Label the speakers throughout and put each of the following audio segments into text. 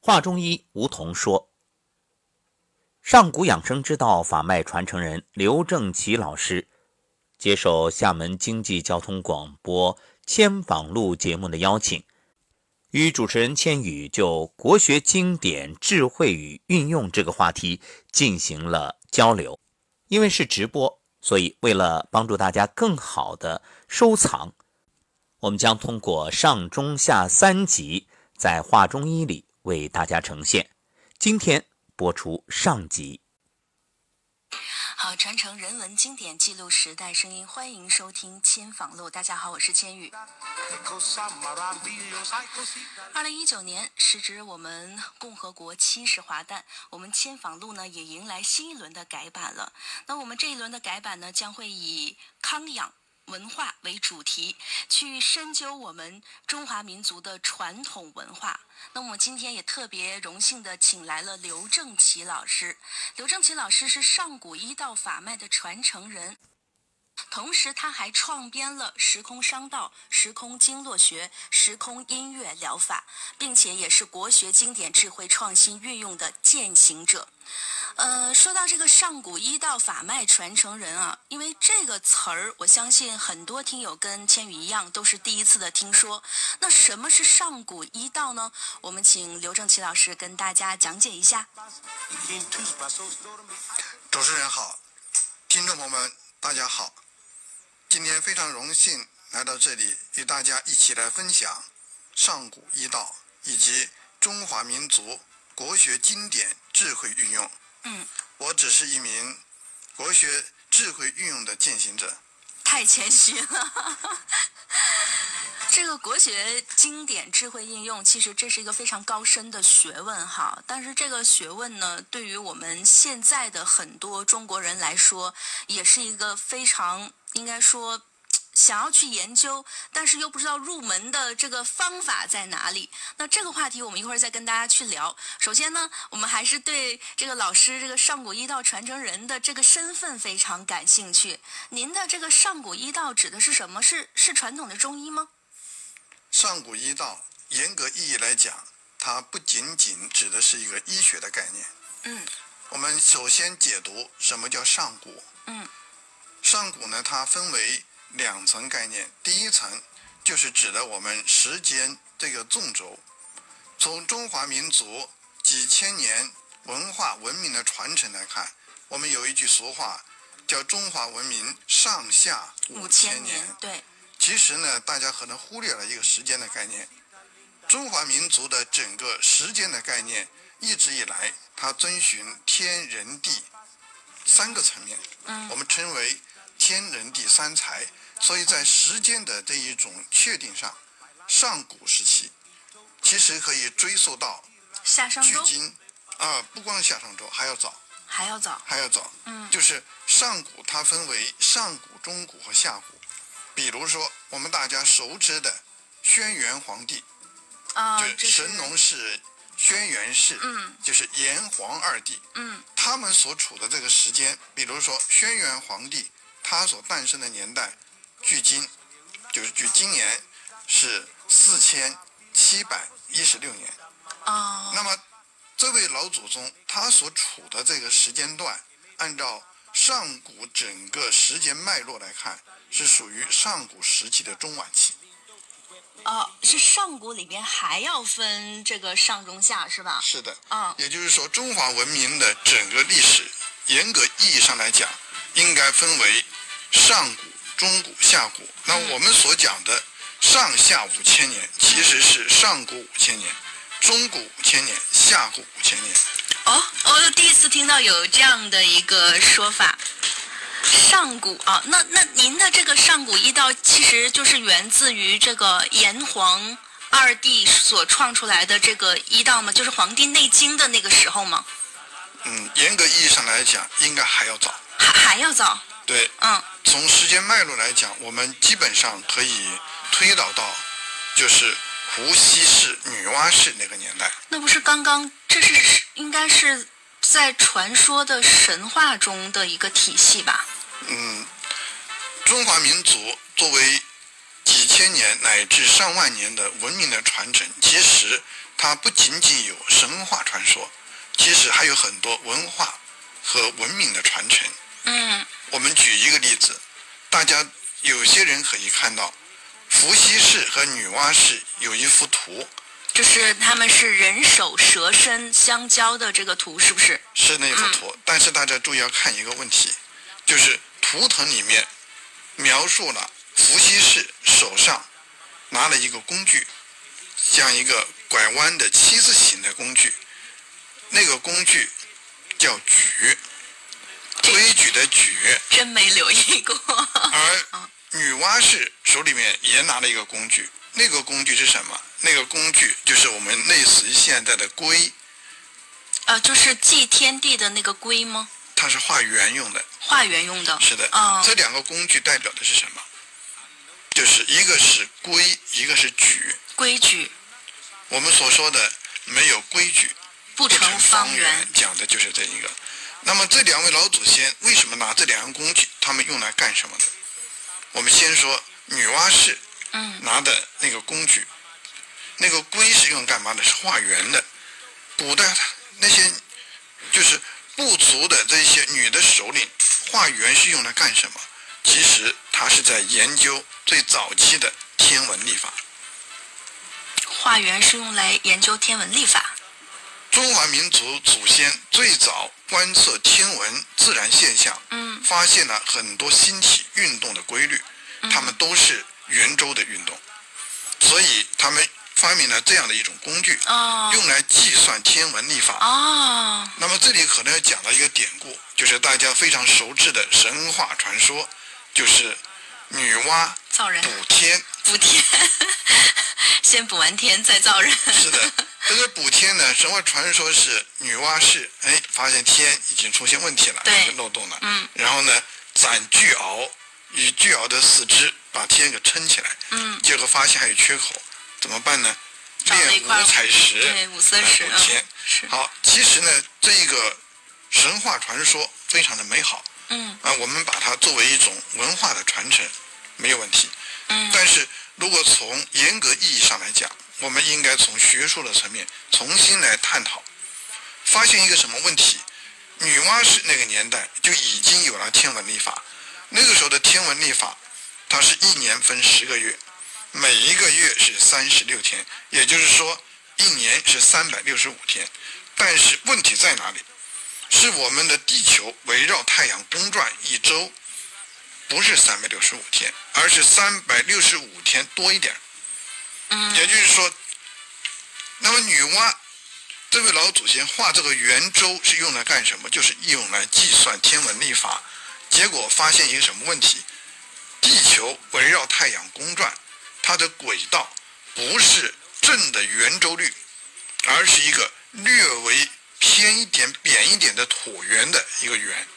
Speaker 1: 华中医吴桐说：“上古养生之道法脉传承人刘正奇老师接受厦门经济交通广播《千访录》节目的邀请，与主持人千羽就国学经典智慧与运用这个话题进行了交流。因为是直播，所以为了帮助大家更好的收藏，我们将通过上中下三集在华中医里。”为大家呈现，今天播出上集。
Speaker 2: 好，传承人文经典，记录时代声音，欢迎收听《千访录》。大家好，我是千羽。二零一九年时值我们共和国七十华诞，我们《千访录呢》呢也迎来新一轮的改版了。那我们这一轮的改版呢，将会以康养。文化为主题，去深究我们中华民族的传统文化。那我们今天也特别荣幸的请来了刘正奇老师。刘正奇老师是上古医道法脉的传承人，同时他还创编了时空商道、时空经络学、时空音乐疗法，并且也是国学经典智慧创新运用的践行者。呃，说到这个上古医道法脉传承人啊，因为这个词儿，我相信很多听友跟千羽一样，都是第一次的听说。那什么是上古医道呢？我们请刘正奇老师跟大家讲解一下。
Speaker 3: 主持人好，听众朋友们大家好，今天非常荣幸来到这里，与大家一起来分享上古医道以及中华民族国学经典智慧运用。
Speaker 2: 嗯，
Speaker 3: 我只是一名国学智慧运用的践行者。
Speaker 2: 太谦虚了。 这个国学经典智慧应用，其实这是一个非常高深的学问哈。但是这个学问呢，对于我们现在的很多中国人来说，也是一个非常应该说。想要去研究，但是又不知道入门的这个方法在哪里。那这个话题我们一会儿再跟大家去聊。首先呢，我们还是对这个老师这个上古医道传承人的这个身份非常感兴趣。您的这个上古医道指的是什么？是是传统的中医吗？
Speaker 3: 上古医道严格意义来讲，它不仅仅指的是一个医学的概念。
Speaker 2: 嗯，
Speaker 3: 我们首先解读什么叫上古。
Speaker 2: 嗯，
Speaker 3: 上古呢，它分为。两层概念，第一层就是指的我们时间这个纵轴，从中华民族几千年文化文明的传承来看，我们有一句俗话叫“中华文明上下
Speaker 2: 五
Speaker 3: 千
Speaker 2: 年”。对，
Speaker 3: 其实呢，大家可能忽略了一个时间的概念。中华民族的整个时间的概念，一直以来它遵循天人地三个层面，
Speaker 2: 嗯，
Speaker 3: 我们称为。天人地三才，所以在时间的这一种确定上，上古时期其实可以追溯到
Speaker 2: 夏商
Speaker 3: 周，距今啊、呃，不光夏商周，还要早，
Speaker 2: 还要早，
Speaker 3: 还要早。
Speaker 2: 嗯，
Speaker 3: 就是上古它分为上古、中古和下古。比如说我们大家熟知的轩辕皇帝，
Speaker 2: 啊、
Speaker 3: 就是神农氏、轩辕氏，
Speaker 2: 嗯，
Speaker 3: 就是炎黄二帝，
Speaker 2: 嗯，
Speaker 3: 他们所处的这个时间，比如说轩辕皇帝。他所诞生的年代，距今就是距今年是四千七百一十六年。
Speaker 2: 哦，
Speaker 3: 那么这位老祖宗他所处的这个时间段，按照上古整个时间脉络来看，是属于上古时期的中晚期。
Speaker 2: 哦，是上古里边还要分这个上中下是吧？
Speaker 3: 是的，
Speaker 2: 啊、哦，
Speaker 3: 也就是说，中华文明的整个历史，严格意义上来讲，应该分为上古。中古、下古，那我们所讲的上下五千年，其实是上古五千年、中古五千年、下古五千年。
Speaker 2: 哦，我第一次听到有这样的一个说法，上古啊，那那您的这个上古医道，其实就是源自于这个炎黄二帝所创出来的这个医道吗？就是《黄帝内经》的那个时候吗？
Speaker 3: 嗯，严格意义上来讲，应该还要早，
Speaker 2: 还还要早。
Speaker 3: 对，
Speaker 2: 嗯。
Speaker 3: 从时间脉络来讲，我们基本上可以推导到，就是湖西氏、女娲氏那个年代。
Speaker 2: 那不是刚刚，这是应该是在传说的神话中的一个体系吧？
Speaker 3: 嗯，中华民族作为几千年乃至上万年的文明的传承，其实它不仅仅有神话传说，其实还有很多文化和文明的传承。
Speaker 2: 嗯
Speaker 3: 我们举一个例子，大家有些人可以看到，伏羲氏和女娲氏有一幅图，
Speaker 2: 就是他们是人手蛇身相交的这个图，是不是？
Speaker 3: 是那幅图，但是大家注意要看一个问题，就是图腾里面描述了伏羲氏手上拿了一个工具，像一个拐弯的七字形的工具，那个工具叫矩，
Speaker 2: 这
Speaker 3: 推举的举，
Speaker 2: 真没留意过。
Speaker 3: 而女娲氏手里面也拿了一个工具，那个工具是什么？那个工具就是我们类似于现在的龟，
Speaker 2: 呃，就是祭天地的那个龟吗？
Speaker 3: 它是画圆用的。
Speaker 2: 化缘用的。
Speaker 3: 是的，
Speaker 2: 嗯
Speaker 3: 这两个工具代表的是什么？就是一个是规，一个是矩。
Speaker 2: 规矩
Speaker 3: 我们所说的没有规矩
Speaker 2: 不
Speaker 3: 不
Speaker 2: 成
Speaker 3: 成
Speaker 2: 方
Speaker 3: 方
Speaker 2: 圆
Speaker 3: 圆，，讲的就是这一个。那么这两位老祖先为什么拿这两样工具？他们用来干什么呢？我们先说女娲氏
Speaker 2: 嗯，
Speaker 3: 拿的那个工具，那个龟是用干嘛的？是画圆的。古代那些就是部族的这些女的首领，画圆是用来干什么？其实她是在研究最早期的天文历法。
Speaker 2: 化缘是用来研究天文历法。
Speaker 3: 中华民族祖先最早观测天文自然现象，
Speaker 2: 嗯
Speaker 3: 发现了很多星体运动的规律，他们都是圆周的运动，所以他们发明了这样的一种工具，
Speaker 2: 哦
Speaker 3: 用来计算天文历法。
Speaker 2: 哦，
Speaker 3: 那么这里可能要讲到一个典故，就是大家非常熟知的神话传说，就是女娲
Speaker 2: 造人
Speaker 3: 补天。
Speaker 2: 补天， 先补完天再造人。
Speaker 3: 是的，这个补天呢，神话传说是女娲氏，哎，发现天已经出现问题了，
Speaker 2: 对
Speaker 3: 有漏洞了，
Speaker 2: 嗯，
Speaker 3: 然后呢，斩巨鳌，以巨鳌的四肢把天给撑起来，
Speaker 2: 嗯，
Speaker 3: 结果发现还有缺口，怎么办呢？
Speaker 2: 找了一
Speaker 3: 炼
Speaker 2: 块
Speaker 3: 五彩 石，
Speaker 2: 对，五色石。
Speaker 3: 来补天
Speaker 2: 嗯，是。
Speaker 3: 好，其实呢，这个神话传说非常的美好
Speaker 2: 嗯
Speaker 3: 啊，我们把它作为一种文化的传承，没有问题。
Speaker 2: 嗯
Speaker 3: 但是如果从严格意义上来讲，我们应该从学术的层面重新来探讨，发现一个什么问题？女娲氏那个年代就已经有了天文历法，那个时候的天文历法，它是一年分十个月，每一个月是三十六天，也就是说一年是三百六十五天。但是问题在哪里？是我们的地球围绕太阳公转一周，不是三百六十五天，而是三百六十五天多一点儿。
Speaker 2: 嗯
Speaker 3: 也就是说，那么女娲这位老祖先画这个圆周是用来干什么？就是用来计算天文历法。结果发现一个什么问题？地球围绕太阳公转，它的轨道不是正的圆周率，而是一个略为偏一点、扁一点的椭圆的一个圆。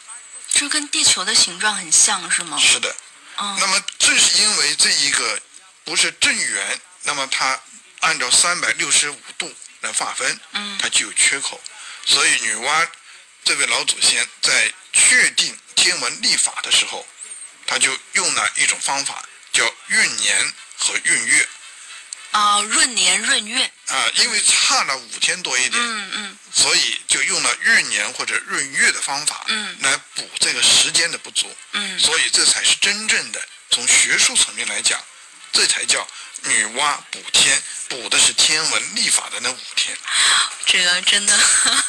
Speaker 2: 这跟地球的形状很像，是吗？
Speaker 3: 是的。
Speaker 2: 嗯
Speaker 3: 那么正是因为这一个不是正圆，那么它按照三百六十五度来划分，
Speaker 2: 嗯
Speaker 3: 它就有缺口，所以女娲这位老祖先在确定天文历法的时候，他就用了一种方法叫闰年和闰月
Speaker 2: 啊，闰年闰月。
Speaker 3: 啊、因为差了五天多一点，
Speaker 2: 嗯嗯
Speaker 3: 所以就用了闰年或者闰月的方法，
Speaker 2: 嗯
Speaker 3: 来补这个时间的不足，
Speaker 2: 嗯
Speaker 3: 所以这才是真正的从学术层面来讲，这才叫女娲补天，补的是天文历法的那五天。
Speaker 2: 这个真的，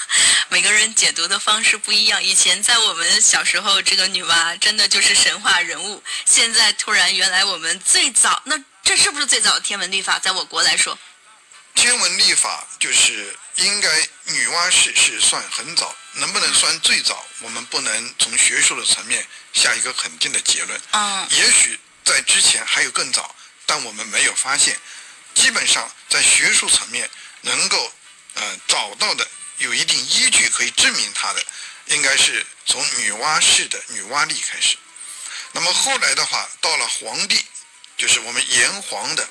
Speaker 2: 每个人解读的方式不一样。以前在我们小时候，这个女娲真的就是神话人物。现在突然，原来我们最早，那这是不是最早的天文历法？在我国来说，
Speaker 3: 天文历法就是应该女娲氏是算很早，能不能算最早，我们不能从学术的层面下一个肯定的结论。
Speaker 2: 嗯
Speaker 3: 也许在之前还有更早，但我们没有发现。基本上在学术层面能够呃找到的有一定依据可以证明它的，应该是从女娲氏的女娲历开始。那么后来的话，到了黄帝，就是我们炎黄的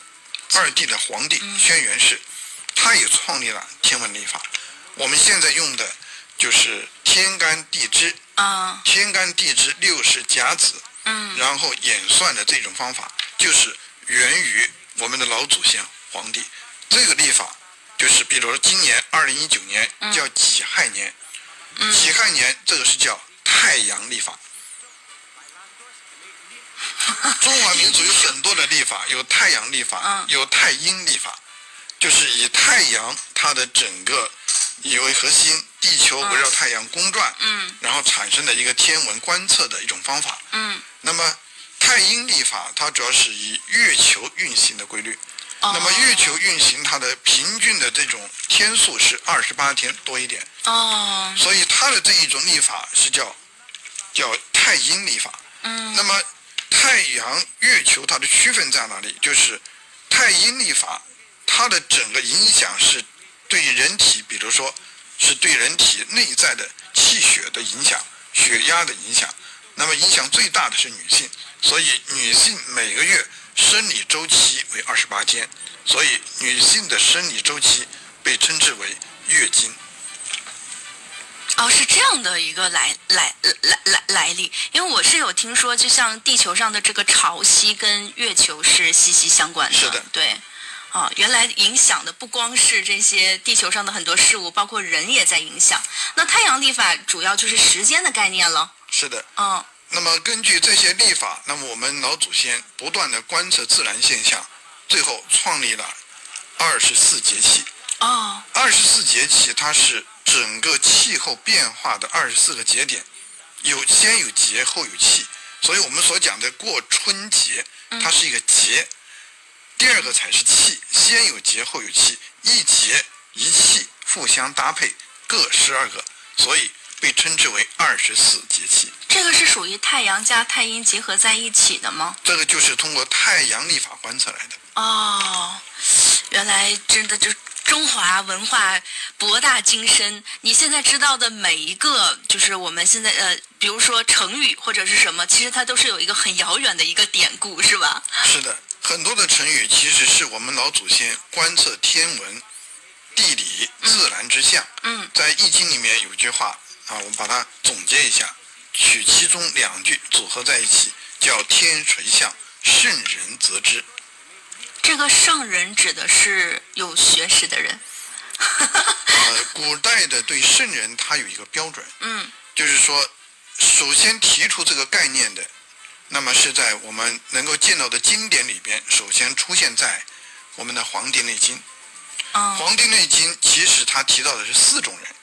Speaker 3: 二帝的皇帝轩辕氏，他也创立了天文历法。我们现在用的就是天干地支，
Speaker 2: 啊
Speaker 3: 天干地支六十甲子，
Speaker 2: 嗯
Speaker 3: 然后演算的这种方法，就是源于我们的老祖先皇帝。这个历法就是比如说今年二零一九年
Speaker 2: 嗯
Speaker 3: 叫己亥年，己亥年这个是叫太阳 历法。中华民族有很多的历法，有太阳历法
Speaker 2: 嗯，
Speaker 3: 有太阴历法，就是以太阳它的整个以为核心，地球围绕太阳公转，
Speaker 2: 嗯
Speaker 3: 然后产生的一个天文观测的一种方法。
Speaker 2: 嗯，
Speaker 3: 那么太阴历法它主要是以月球运行的规律，
Speaker 2: 哦
Speaker 3: 那么月球运行它的平均的这种天数是二十八天多一点，
Speaker 2: 哦，
Speaker 3: 所以它的这一种历法是叫叫太阴历法。
Speaker 2: 嗯
Speaker 3: 那么太阳、月球它的区分在哪里？就是太阴历法，它的整个影响是对人体，比如说是对人体内在的气血的影响、血压的影响。那么影响最大的是女性，所以女性每个月生理周期为二十八天，所以女性的生理周期被称之为月经。
Speaker 2: 哦，是这样的一个来来来来来历，因为我是有听说，就像地球上的这个潮汐跟月球是息息相关的，
Speaker 3: 是的
Speaker 2: 对。哦，原来影响的不光是这些地球上的很多事物，包括人也在影响。那太阳历法主要就是时间的概念了。
Speaker 3: 是的，
Speaker 2: 嗯
Speaker 3: 那么根据这些历法，那么我们老祖先不断的观测自然现象，最后创立了二十四节气。
Speaker 2: 哦
Speaker 3: 二十四节气它是整个气候变化的二十四个节点，有先有节后有气，所以我们所讲的过春节，它是一个节，第二个才是气，先有节后有气，一节一气互相搭配，各十二个，所以被称之为二十四节气。
Speaker 2: 这个是属于太阳加太阴结合在一起的吗？
Speaker 3: 这个就是通过太阳历法观测来的。
Speaker 2: 哦，原来真的就是中华文化博大精深。你现在知道的每一个，就是我们现在呃，比如说成语或者是什么，其实它都是有一个很遥远的一个典故，是吧？
Speaker 3: 是的，很多的成语其实是我们老祖先观测天文、地理、自然之象。
Speaker 2: 嗯，
Speaker 3: 在《易经》里面有句话啊，我们把它总结一下，取其中两句组合在一起，叫“天垂象，圣人则之
Speaker 2: 这个圣人指的是有学识的人。”。
Speaker 3: 呃，古代的对圣人他有一个标准，
Speaker 2: 嗯
Speaker 3: 就是说，首先提出这个概念的，那么是在我们能够见到的经典里边，首先出现在我们的《黄帝内经》。《
Speaker 2: 嗯，
Speaker 3: 黄帝内经》其实它提到的是四种人，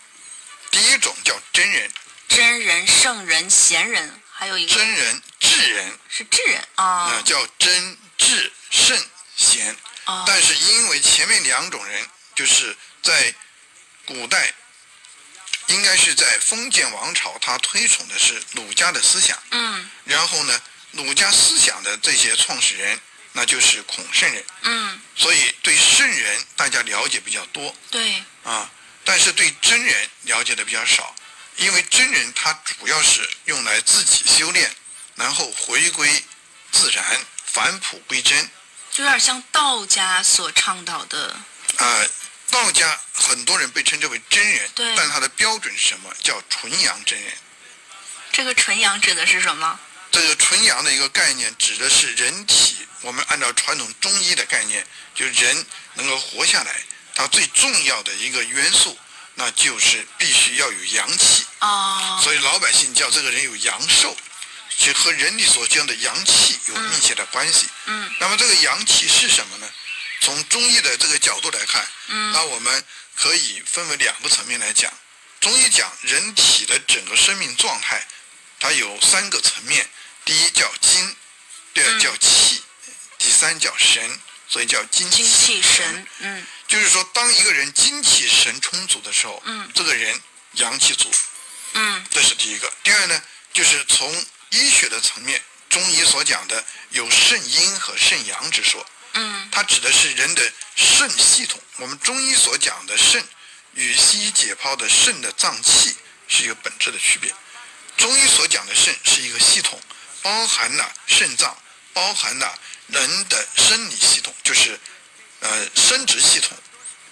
Speaker 3: 第一种叫真人，
Speaker 2: 真人、圣人、贤人，还有一个
Speaker 3: 真人、智人
Speaker 2: 是智人啊
Speaker 3: 啊、呃叫真智圣贤。
Speaker 2: 啊
Speaker 3: 但是因为前面两种人就是在古代，应该是在封建王朝，他推崇的是儒家的思想。
Speaker 2: 嗯
Speaker 3: 然后呢，儒家思想的这些创始人，那就是孔圣人，
Speaker 2: 嗯，
Speaker 3: 所以对圣人大家了解比较多
Speaker 2: 对，
Speaker 3: 啊，但是对真人了解的比较少，因为真人他主要是用来自己修炼，然后回归自然，返璞归真
Speaker 2: 就有点像道家所倡导的。
Speaker 3: 啊。道家很多人被称之为真人
Speaker 2: 对，
Speaker 3: 但他的标准是什么？叫纯阳真人。
Speaker 2: 这个纯阳指的是什么？
Speaker 3: 这个纯阳的一个概念，指的是人体。我们按照传统中医的概念，就是人能够活下来，它最重要的一个元素，那就是必须要有阳气。
Speaker 2: 哦，
Speaker 3: 所以老百姓叫这个人有阳寿，就和人体所见的阳气有密切的关系。
Speaker 2: 嗯
Speaker 3: 那么这个阳气是什么呢？从中医的这个角度来看，那
Speaker 2: 嗯
Speaker 3: 我们可以分为两个层面来讲。中医讲人体的整个生命状态，它有三个层面：第一叫精，第二
Speaker 2: 嗯
Speaker 3: 叫气，第三叫神。所以叫精
Speaker 2: 精气神，嗯
Speaker 3: 就是说，当一个人精气神充足的时候，
Speaker 2: 嗯
Speaker 3: 这个人阳气足，
Speaker 2: 嗯
Speaker 3: 这是第一个。第二呢，就是从医学的层面，中医所讲的有肾阴和肾阳之说。
Speaker 2: 嗯
Speaker 3: 它指的是人的肾系统。我们中医所讲的肾，与西医解剖的肾的脏器是一个本质的区别。中医所讲的肾是一个系统，包含了肾脏，包含了人的生理系统，就是呃生殖系统、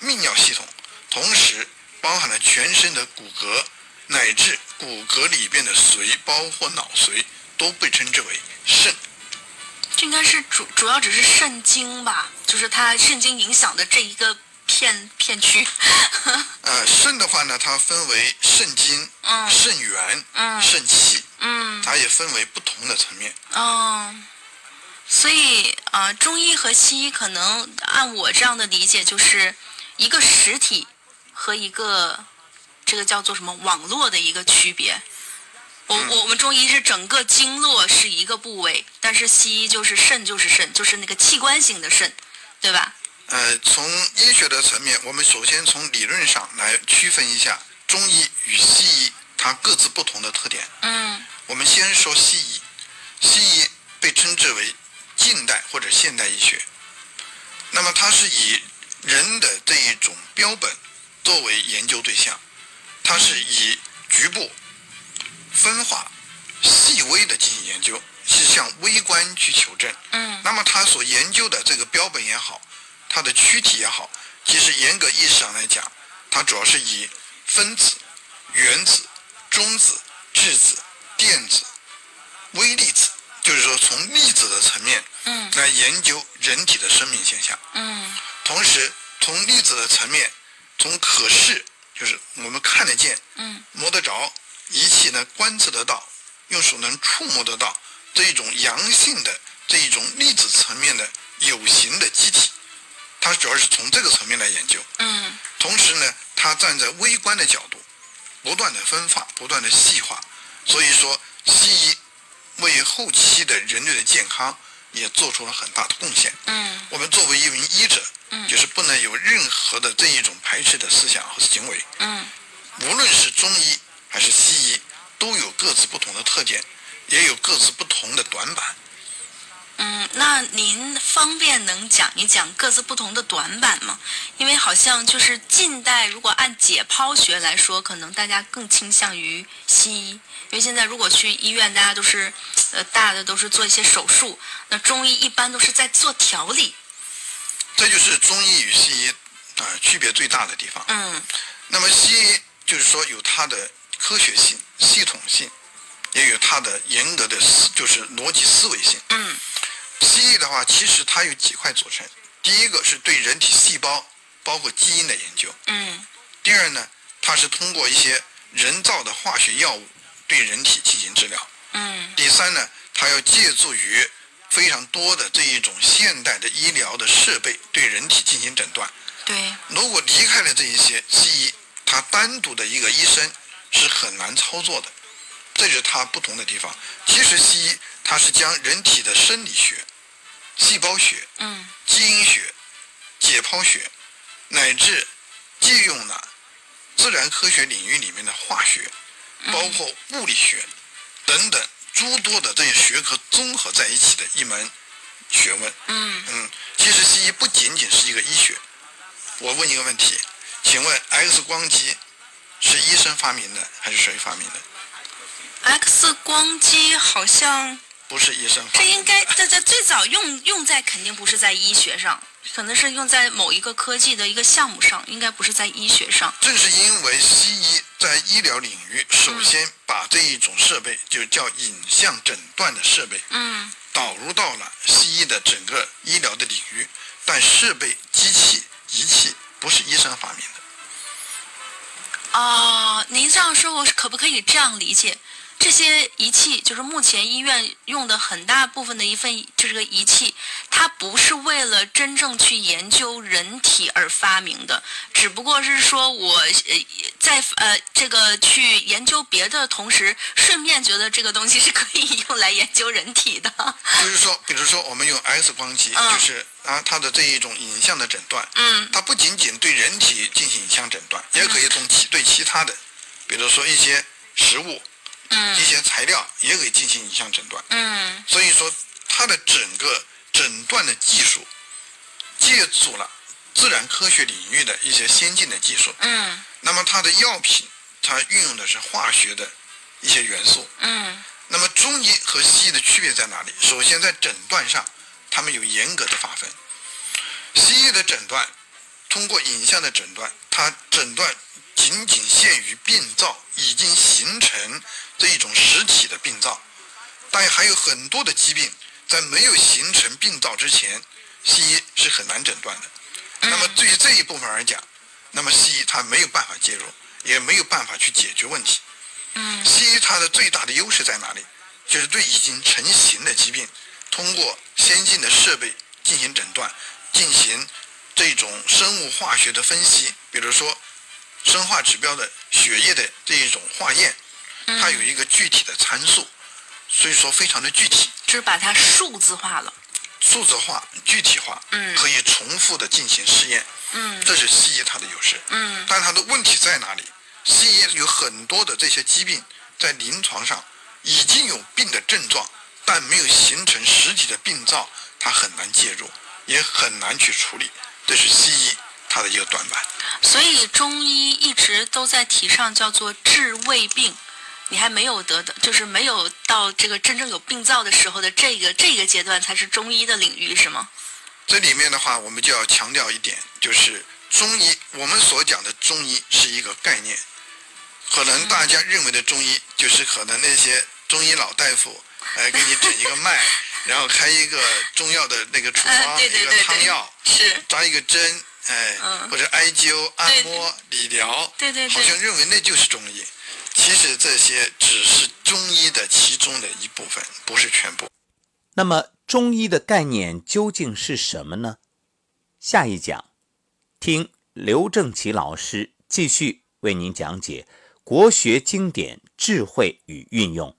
Speaker 3: 泌尿系统，同时包含了全身的骨骼，乃至骨骼里边的髓，包括脑髓，都被称之为肾。
Speaker 2: 这应该是主主要只是肾经吧，就是它肾经影响的这一个片片区。
Speaker 3: 呃，肾的话呢，它分为肾精、
Speaker 2: 嗯
Speaker 3: 肾元、
Speaker 2: 嗯
Speaker 3: 肾气，
Speaker 2: 嗯
Speaker 3: 它也分为不同的层面。
Speaker 2: 哦，所以呃，中医和西医可能按我这样的理解，就是一个实体和一个这个叫做什么网络的一个区别。我我我们中医是整个经络是一个部位，但是西医就是肾就是肾，就是那个器官性的肾，对吧？
Speaker 3: 呃，从医学的层面，我们首先从理论上来区分一下中医与西医它各自不同的特点。
Speaker 2: 嗯
Speaker 3: 我们先说西医，西医被称之为近代或者现代医学，那么它是以人的这一种标本作为研究对象，它是以局部、分化、细微的进行研究，是向微观去求证。
Speaker 2: 嗯
Speaker 3: 那么他所研究的这个标本也好，它的躯体也好，其实严格意义上来讲，它主要是以分子、原子、中子、质子、电子、微粒子，就是说从粒子的层面
Speaker 2: 嗯
Speaker 3: 来研究人体的生命现象。
Speaker 2: 嗯
Speaker 3: 同时，从粒子的层面，从可视，就是我们看得见、
Speaker 2: 嗯
Speaker 3: 摸得着，仪器呢观测得到，用手能触摸得到这一种阳性的这一种粒子层面的有形的机体，它主要是从这个层面来研究。
Speaker 2: 嗯
Speaker 3: 同时呢，它站在微观的角度，不断的分化，不断的细化，所以说西医为后期的人类的健康也做出了很大的贡献。
Speaker 2: 嗯
Speaker 3: 我们作为一名医者，
Speaker 2: 嗯
Speaker 3: 就是不能有任何的这一种排斥的思想和行为。
Speaker 2: 嗯
Speaker 3: 无论是中医还是西医，都有各自不同的特点，也有各自不同的短板。
Speaker 2: 嗯，那您方便能讲一讲各自不同的短板吗？因为好像就是近代，如果按解剖学来说，可能大家更倾向于西医，因为现在如果去医院，大家都是，呃，大的都是做一些手术，那中医一般都是在做调理。
Speaker 3: 这就是中医与西医啊、呃区别最大的地方。
Speaker 2: 嗯
Speaker 3: 那么西医就是说有它的科学性、系统性，也有它的严格的思，就是逻辑思维性。
Speaker 2: 嗯
Speaker 3: 西医的话，其实它有几块组成，第一个是对人体细胞包括基因的研究，
Speaker 2: 嗯
Speaker 3: 第二呢，它是通过一些人造的化学药物对人体进行治疗。
Speaker 2: 嗯
Speaker 3: 第三呢，它要借助于非常多的这一种现代的医疗的设备对人体进行诊断。
Speaker 2: 对，
Speaker 3: 如果离开了这一些西医，它单独的一个医生是很难操作的，这是它不同的地方。其实西医它是将人体的生理学、细胞学、
Speaker 2: 嗯
Speaker 3: 基因学、解剖学，乃至借用了自然科学领域里面的化学，包括物理学等等诸多的这些学科综合在一起的一门学问。
Speaker 2: 嗯
Speaker 3: 嗯，其实西医不仅仅是一个医学。我问一个问题，请问 X 光机是医生发明的还是谁发明的？
Speaker 2: ，X 光机好像
Speaker 3: 不是医生
Speaker 2: 这
Speaker 3: 发明的
Speaker 2: 应该大家最早用用在肯定不是在医学上，可能是用在某一个科技的一个项目上，应该不是在医学上。
Speaker 3: 正是因为西医在医疗领
Speaker 2: 嗯
Speaker 3: 域首先把这一种设备，就叫影像诊断的设备，
Speaker 2: 嗯
Speaker 3: 导入到了西医的整个医疗的领域，但设备、机器、仪器不是医生发明的。
Speaker 2: 啊、您这样说，我可不可以这样理解？这些仪器就是目前医院用的很大部分的一份，就是个仪器，它不是为了真正去研究人体而发明的，只不过是说我呃在呃这个去研究别的同时，顺便觉得这个东西是可以用来研究人体的。
Speaker 3: 就是说，比如说我们用 X 光机，
Speaker 2: 嗯
Speaker 3: 就是啊它的这一种影像的诊断，
Speaker 2: 嗯
Speaker 3: 它不仅仅对人体进行影像诊断，也可以从其对其他的，比如说一些食物、一
Speaker 2: 嗯
Speaker 3: 些材料，也可以进行影像诊断。
Speaker 2: 嗯
Speaker 3: 所以说，它的整个诊断的技术，借助了自然科学领域的一些先进的技术。
Speaker 2: 嗯
Speaker 3: 那么它的药品，它运用的是化学的一些元素。
Speaker 2: 嗯
Speaker 3: 那么中医和西医的区别在哪里？首先在诊断上，他们有严格的划分。西医的诊断，通过影像的诊断，它诊断仅仅限于病灶已经形成这一种实体的病灶，但还有很多的疾病在没有形成病灶之前，西医是很难诊断的。那么对于这一部分而讲，那么西医它没有办法介入，也没有办法去解决问题。
Speaker 2: 嗯
Speaker 3: 西医它的最大的优势在哪里？就是对已经成型的疾病，通过先进的设备进行诊断，进行这种生物化学的分析，比如说生化指标的血液的这一种化验，它有一个具体的参数，所以说非常的具体、
Speaker 2: 就是把它数字化了。
Speaker 3: 数字化、具体化，
Speaker 2: 嗯
Speaker 3: 可以重复的进行试验，
Speaker 2: 嗯
Speaker 3: 这是西医它的优势。
Speaker 2: 嗯
Speaker 3: 但它的问题在哪里？西医有很多的这些疾病在临床上已经有病的症状，但没有形成实体的病灶，它很难介入，也很难去处理，这是西医它的一个短板。
Speaker 2: 所以中医一直都在提倡叫做治未病，你还没有得的，就是没有到这个真正有病灶的时候的这个这个阶段，才是中医的领域，是吗？
Speaker 3: 这里面的话，我们就要强调一点，就是中医，我们所讲的中医是一个概念，可能大家认为的中医就是可能那些中医老大夫，哎，给你诊一个脉，然后开一个中药的那个处
Speaker 2: 嗯
Speaker 3: 方，
Speaker 2: 对对
Speaker 3: 一
Speaker 2: 对
Speaker 3: 个汤
Speaker 2: 对
Speaker 3: 药，
Speaker 2: 是，
Speaker 3: 扎一个针，哎，
Speaker 2: 嗯
Speaker 3: 或者艾灸、按摩、理疗，
Speaker 2: 对对
Speaker 3: 好
Speaker 2: 对，
Speaker 3: 像认为那就是中医。其实这些只是中医的其中的一部分，不是全部。
Speaker 1: 那么，中医的概念究竟是什么呢？下一讲，听刘正奇老师继续为您讲解国学经典智慧与运用。